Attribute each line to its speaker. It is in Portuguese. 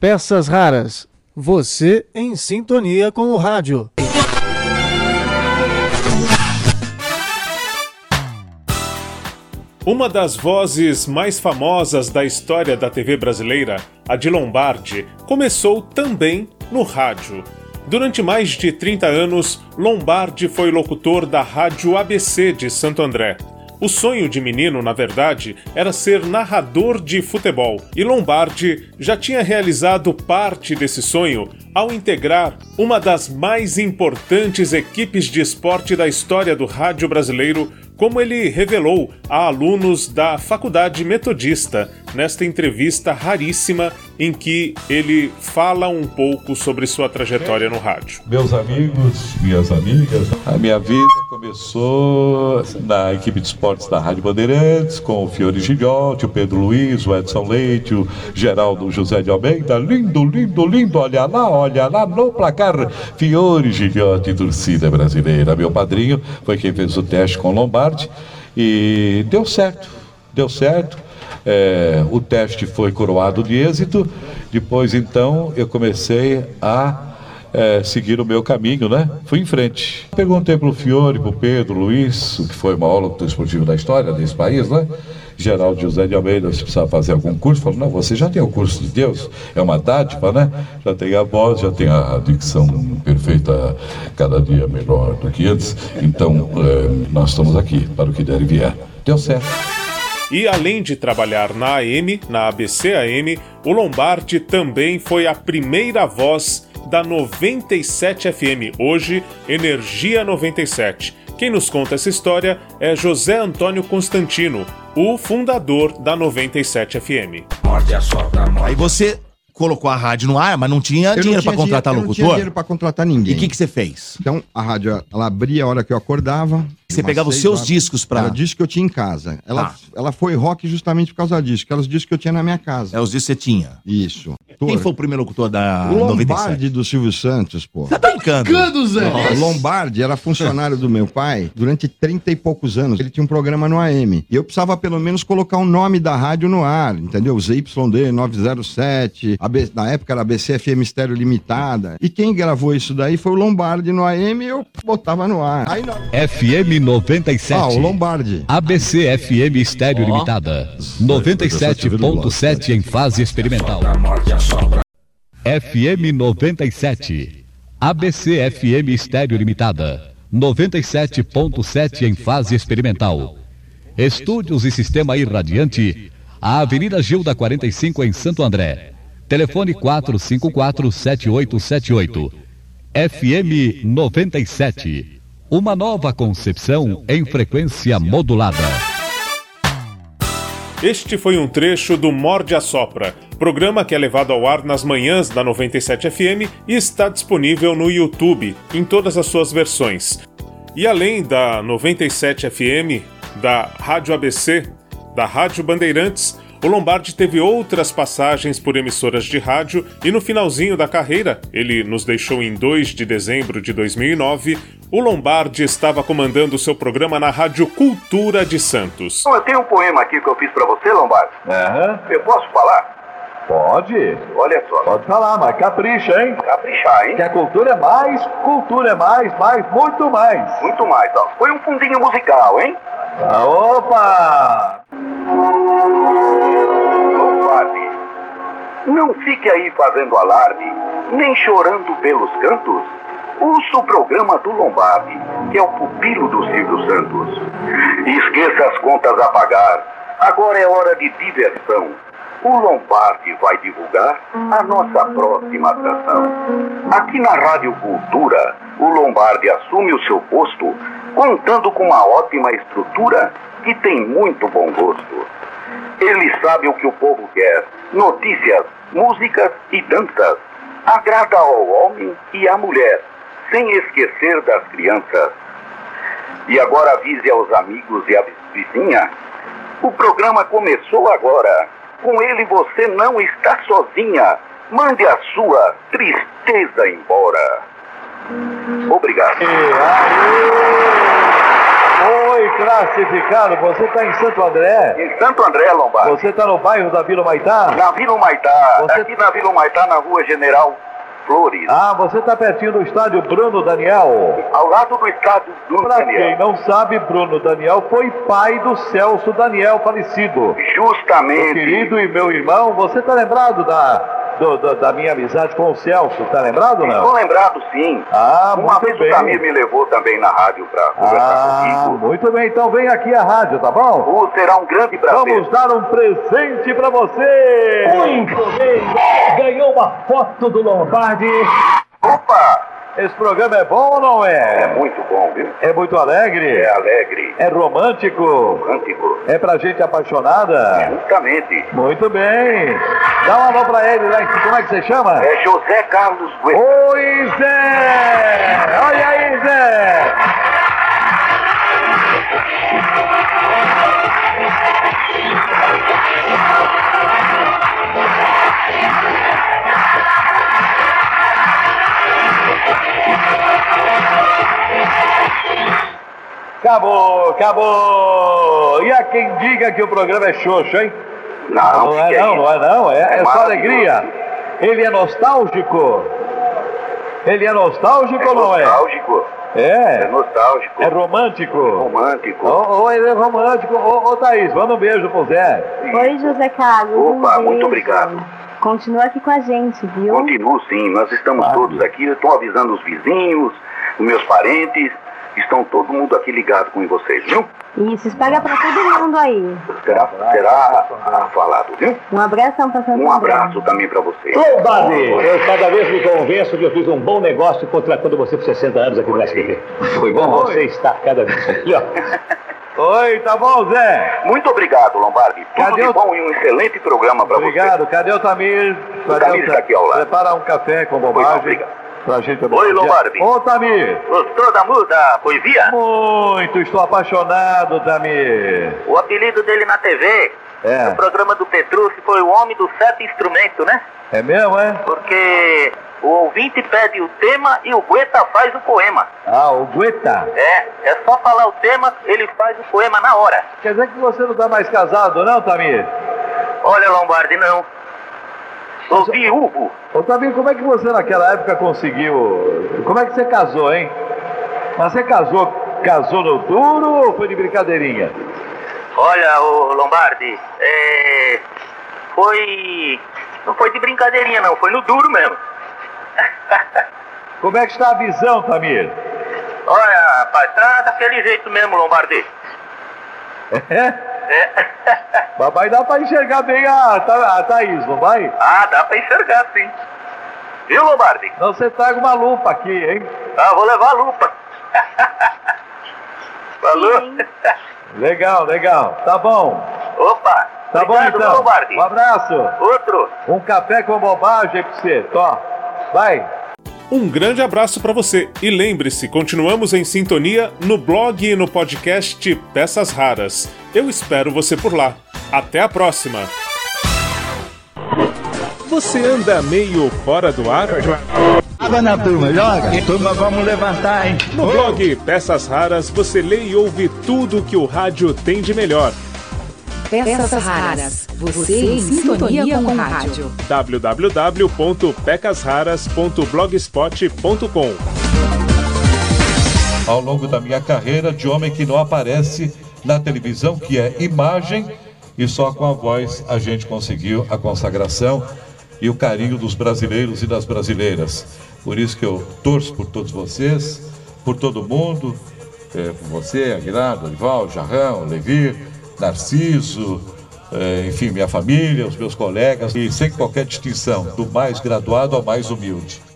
Speaker 1: Peças raras. Você em sintonia com o rádio.
Speaker 2: Uma das vozes mais famosas da história da TV brasileira, a de Lombardi, começou também no rádio. Durante mais de 30 anos, Lombardi foi locutor da Rádio ABC de Santo André. O sonho de menino, na verdade, era ser narrador de futebol, e Lombardi já tinha realizado parte desse sonho ao integrar uma das mais importantes equipes de esporte da história do rádio brasileiro, como ele revelou a alunos da Faculdade Metodista nesta entrevista raríssima em que ele fala um pouco sobre sua trajetória no rádio.
Speaker 3: Meus amigos, minhas amigas, a minha vida começou na equipe de esportes da Rádio Bandeirantes, com o Fiore Gigliotti, o Pedro Luiz, o Edson Leite, o Geraldo José de Almeida. Lindo, lindo, lindo, olha lá, olha lá, no placar. Fiore Gigliotti, torcida brasileira. Meu padrinho foi quem fez o teste com Lombardi e deu certo, deu certo. É, o teste foi coroado de êxito. Depois, então, eu comecei a é, seguir o meu caminho, né? Fui em frente. Perguntei para o Fiore, para o Pedro, Luiz, o que foi o maior locutor esportivo da história desse país, né? Geraldo José de Almeida, se precisava fazer algum curso, falou, não, você já tem o curso de Deus, é uma dádiva, né? Já tem a voz, já tem a dicção perfeita, cada dia melhor do que antes. Então, é, nós estamos aqui para o que der e vier. Deu certo.
Speaker 2: E além de trabalhar na AM, na ABC AM, o Lombardi também foi a primeira voz da 97 FM, hoje Energia 97. Quem nos conta essa história é José Antônio Constantino, o fundador da 97 FM.
Speaker 4: Aí você colocou a rádio no ar, mas não tinha
Speaker 5: Eu não
Speaker 4: dinheiro
Speaker 5: tinha
Speaker 4: para contratar
Speaker 5: dinheiro- eu
Speaker 4: locutor.
Speaker 5: Não tinha dinheiro para contratar ninguém.
Speaker 4: E o que, que você fez?
Speaker 5: Então, a rádio, ela abria a hora que eu acordava.
Speaker 4: Você
Speaker 5: umas
Speaker 4: pegava os
Speaker 5: seis
Speaker 4: seus
Speaker 5: horas.
Speaker 4: discos
Speaker 5: Era
Speaker 4: para.
Speaker 5: o disco que eu tinha em casa. Ela,
Speaker 4: Tá.
Speaker 5: ela foi rock justamente por causa disso, que eram os discos que eu tinha na minha casa.
Speaker 4: É os discos que você tinha.
Speaker 5: Isso.
Speaker 4: Quem foi o primeiro locutor da
Speaker 5: o Lombardi
Speaker 4: 97?
Speaker 5: do Silvio Santos, pô.
Speaker 4: Tá brincando.
Speaker 5: Ó, o Lombardi era funcionário do meu pai durante 30 e poucos anos. Ele tinha um programa no AM. E eu precisava pelo menos colocar o nome da rádio no ar, entendeu? ZYD 907, AB, na época era BCFM Mistério Limitada. E quem gravou isso daí foi o Lombardi no AM e eu botava no ar. Aí não.
Speaker 6: FM 97.
Speaker 5: Ah, o Lombardi.
Speaker 6: ABC FM Estéreo Limitada. 97.7 em fase experimental. FM 97. ABC FM Estéreo Limitada. 97.7 em fase experimental. Estúdios e sistema irradiante. A Avenida Gilda 45 em Santo André. Telefone 454-7878. FM 97. Uma nova concepção em frequência modulada.
Speaker 2: Este foi um trecho do Morde a Sopra, programa que é levado ao ar nas manhãs da 97 FM e está disponível no YouTube em todas as suas versões. E além da 97 FM, da Rádio ABC, da Rádio Bandeirantes, o Lombardi teve outras passagens por emissoras de rádio e no finalzinho da carreira, ele nos deixou em 2 de dezembro de 2009, o Lombardi estava comandando seu programa na Rádio Cultura de Santos.
Speaker 7: Bom, eu tenho um poema aqui que eu fiz pra você, Lombardo. Eu posso falar?
Speaker 3: Pode,
Speaker 7: Olha só.
Speaker 3: pode falar, mas capricha, hein?
Speaker 7: Caprichar, hein?
Speaker 3: a cultura é mais, cultura é mais, mais, muito mais.
Speaker 7: Muito mais, ó. Foi um fundinho musical, hein?
Speaker 3: Ah, opa!
Speaker 7: Lombardi, não fique aí fazendo alarme, nem chorando pelos cantos. Ouça o programa do Lombardi, que é o pupilo do Silvio Santos. E esqueça as contas a pagar. Agora é hora de diversão. O Lombardi vai divulgar a nossa próxima atração. Aqui na Rádio Cultura, o Lombardi assume o seu posto, contando com uma ótima estrutura que tem muito bom gosto. Ele sabe o que o povo quer: notícias, músicas e danças. Agrada ao homem e à mulher, sem esquecer das crianças. E agora avise aos amigos e à vizinha: o programa começou agora. Com ele você não está sozinha. Mande a sua tristeza embora. Obrigado.
Speaker 3: Maravilha!
Speaker 8: Foi classificado. Você está em Santo André?
Speaker 7: Em Santo André, Lombardi.
Speaker 8: Você está no bairro da Vila Maitá?
Speaker 7: Na Vila Maitá.
Speaker 8: Você-
Speaker 7: Aqui na Vila Maitá, na rua General Flores.
Speaker 8: Ah, você está pertinho do estádio Bruno Daniel.
Speaker 7: Ao lado do estádio do
Speaker 8: Para quem
Speaker 7: Daniel.
Speaker 8: não sabe, Bruno Daniel foi pai do Celso Daniel falecido. Meu
Speaker 7: Justamente.
Speaker 8: querido e meu irmão, você está lembrado da, do- do- da minha amizade com o Celso? Está lembrado ou
Speaker 7: Estou
Speaker 8: não?
Speaker 7: lembrado, sim.
Speaker 8: Ah,
Speaker 7: Uma vez
Speaker 8: muito
Speaker 7: o Camilo
Speaker 8: bem.
Speaker 7: me levou também na rádio para conversar
Speaker 8: Ah,
Speaker 7: comigo.
Speaker 8: muito bem. Então vem aqui à rádio, tá bom?
Speaker 7: Ou será um grande prazer.
Speaker 8: Vamos dar um presente pra você! Muito bem! Ganhou uma foto do Lombardi.
Speaker 7: Opa!
Speaker 8: Esse programa é bom ou não
Speaker 7: É
Speaker 8: é?
Speaker 7: muito bom, viu?
Speaker 8: É muito alegre?
Speaker 7: É alegre.
Speaker 8: É romântico?
Speaker 7: Romântico. É
Speaker 8: É pra gente apaixonada?
Speaker 7: Justamente.
Speaker 8: Muito bem! Dá uma mão pra ele lá. em- Como é que você chama?
Speaker 7: É José Carlos Bueno.
Speaker 8: Oi, Zé! Olha aí, Zé! Acabou, acabou! E há quem diga que o programa é xoxo, hein?
Speaker 7: Não,
Speaker 8: Não é
Speaker 7: fica
Speaker 8: não,
Speaker 7: aí.
Speaker 8: não é não, é, é só
Speaker 7: maravilhoso.
Speaker 8: alegria. Ele é nostálgico. Ele é nostálgico
Speaker 7: É
Speaker 8: ou não é?
Speaker 7: nostálgico. É
Speaker 8: É.
Speaker 7: nostálgico.
Speaker 8: É romântico.
Speaker 7: romântico.
Speaker 8: Ou, ou ele é romântico, ou, ou Thaís, manda um beijo pro Zé.
Speaker 9: Oi, José Carlos.
Speaker 7: Opa,
Speaker 9: um
Speaker 7: muito
Speaker 9: beijo.
Speaker 7: obrigado.
Speaker 9: Continua aqui com a gente, viu?
Speaker 7: Continuo sim, nós estamos todos aqui, eu estou avisando os vizinhos, os meus parentes, estão todo mundo aqui ligado com vocês, viu?
Speaker 9: Isso, espalha pra todo mundo aí.
Speaker 7: Será, será falado, viu?
Speaker 9: Um abração pra Santo
Speaker 7: Um
Speaker 9: André.
Speaker 7: abraço também para vocês.
Speaker 8: Lombardi, eu cada vez me convenço que eu fiz um bom negócio contratando você por 60 anos aqui no SBT. Foi bom? Você está cada vez melhor. Oi, tá bom, Zé?
Speaker 7: Muito obrigado, Lombardi. Tudo
Speaker 8: Cadê
Speaker 7: de
Speaker 8: o-
Speaker 7: bom e um excelente programa para vocês.
Speaker 8: Obrigado. Cadê o Tamir?
Speaker 7: O Tamir está aqui ao lado.
Speaker 8: Prepara um café com bobagem
Speaker 7: obrigado.
Speaker 8: pra gente
Speaker 7: Oi, Lombardi.
Speaker 8: Ô, Tamir.
Speaker 7: Gostou da muda, poesia?
Speaker 8: Muito, estou apaixonado, Tamir.
Speaker 7: O apelido dele na TV,
Speaker 8: É. no
Speaker 7: programa do Petrucci, foi o homem do sete instrumento, né?
Speaker 8: É mesmo, é?
Speaker 7: Porque o ouvinte pede o tema e o Guetta faz o poema.
Speaker 8: Ah, o Guetta.
Speaker 7: É, é só falar o tema, ele faz o poema na hora.
Speaker 8: Quer dizer que você não está mais casado, não, Tamir?
Speaker 7: Olha, Lombardi, não. Sou viúvo.
Speaker 8: Ô, Tamir, como é que você naquela época conseguiu... Como é que você casou, hein? Mas você casou, casou no duro ou foi de brincadeirinha?
Speaker 7: Olha, ô Lombardi, é... foi. Não foi de brincadeirinha, não, foi no duro mesmo.
Speaker 8: Como é que está a visão, Tamir?
Speaker 7: Olha, rapaz, tá daquele jeito mesmo, Lombardi.
Speaker 8: Mas vai dar para enxergar bem a, Tha- a Thaís, não vai?
Speaker 7: Ah, dá pra enxergar, sim. Viu, Lombardi?
Speaker 8: Então você traga uma lupa aqui, hein?
Speaker 7: Ah, vou levar a lupa. Falou?
Speaker 9: Sim.
Speaker 8: Legal, legal. Tá bom.
Speaker 7: Opa!
Speaker 8: Tá
Speaker 7: Obrigado,
Speaker 8: bom, então.
Speaker 7: Lombardi.
Speaker 8: Um abraço.
Speaker 7: Outro.
Speaker 8: Um café com bobagem pra você, Tó. Vai.
Speaker 2: Um grande abraço para você e lembre-se, continuamos em sintonia no blog e no podcast Peças Raras. Eu espero você por lá. Até a próxima. Você anda meio fora do ar?
Speaker 4: Água na turma, joga. Turma, vamos levantar, hein?
Speaker 2: No blog Peças Raras você lê e ouve tudo o que o rádio tem de melhor.
Speaker 10: Peças raras. Você em sintonia com o rádio.
Speaker 2: www.pecasraras.blogspot.com
Speaker 3: ao longo da minha carreira de homem que não aparece na televisão, que é imagem, e só com a voz a gente conseguiu a consagração e o carinho dos brasileiros e das brasileiras. Por isso que eu torço por todos vocês, por todo mundo, eh, por você, Aguilar, Dorival, Jarrão, Levi, Narciso, eh, enfim, minha família, os meus colegas, e sem qualquer distinção, do mais graduado ao mais humilde.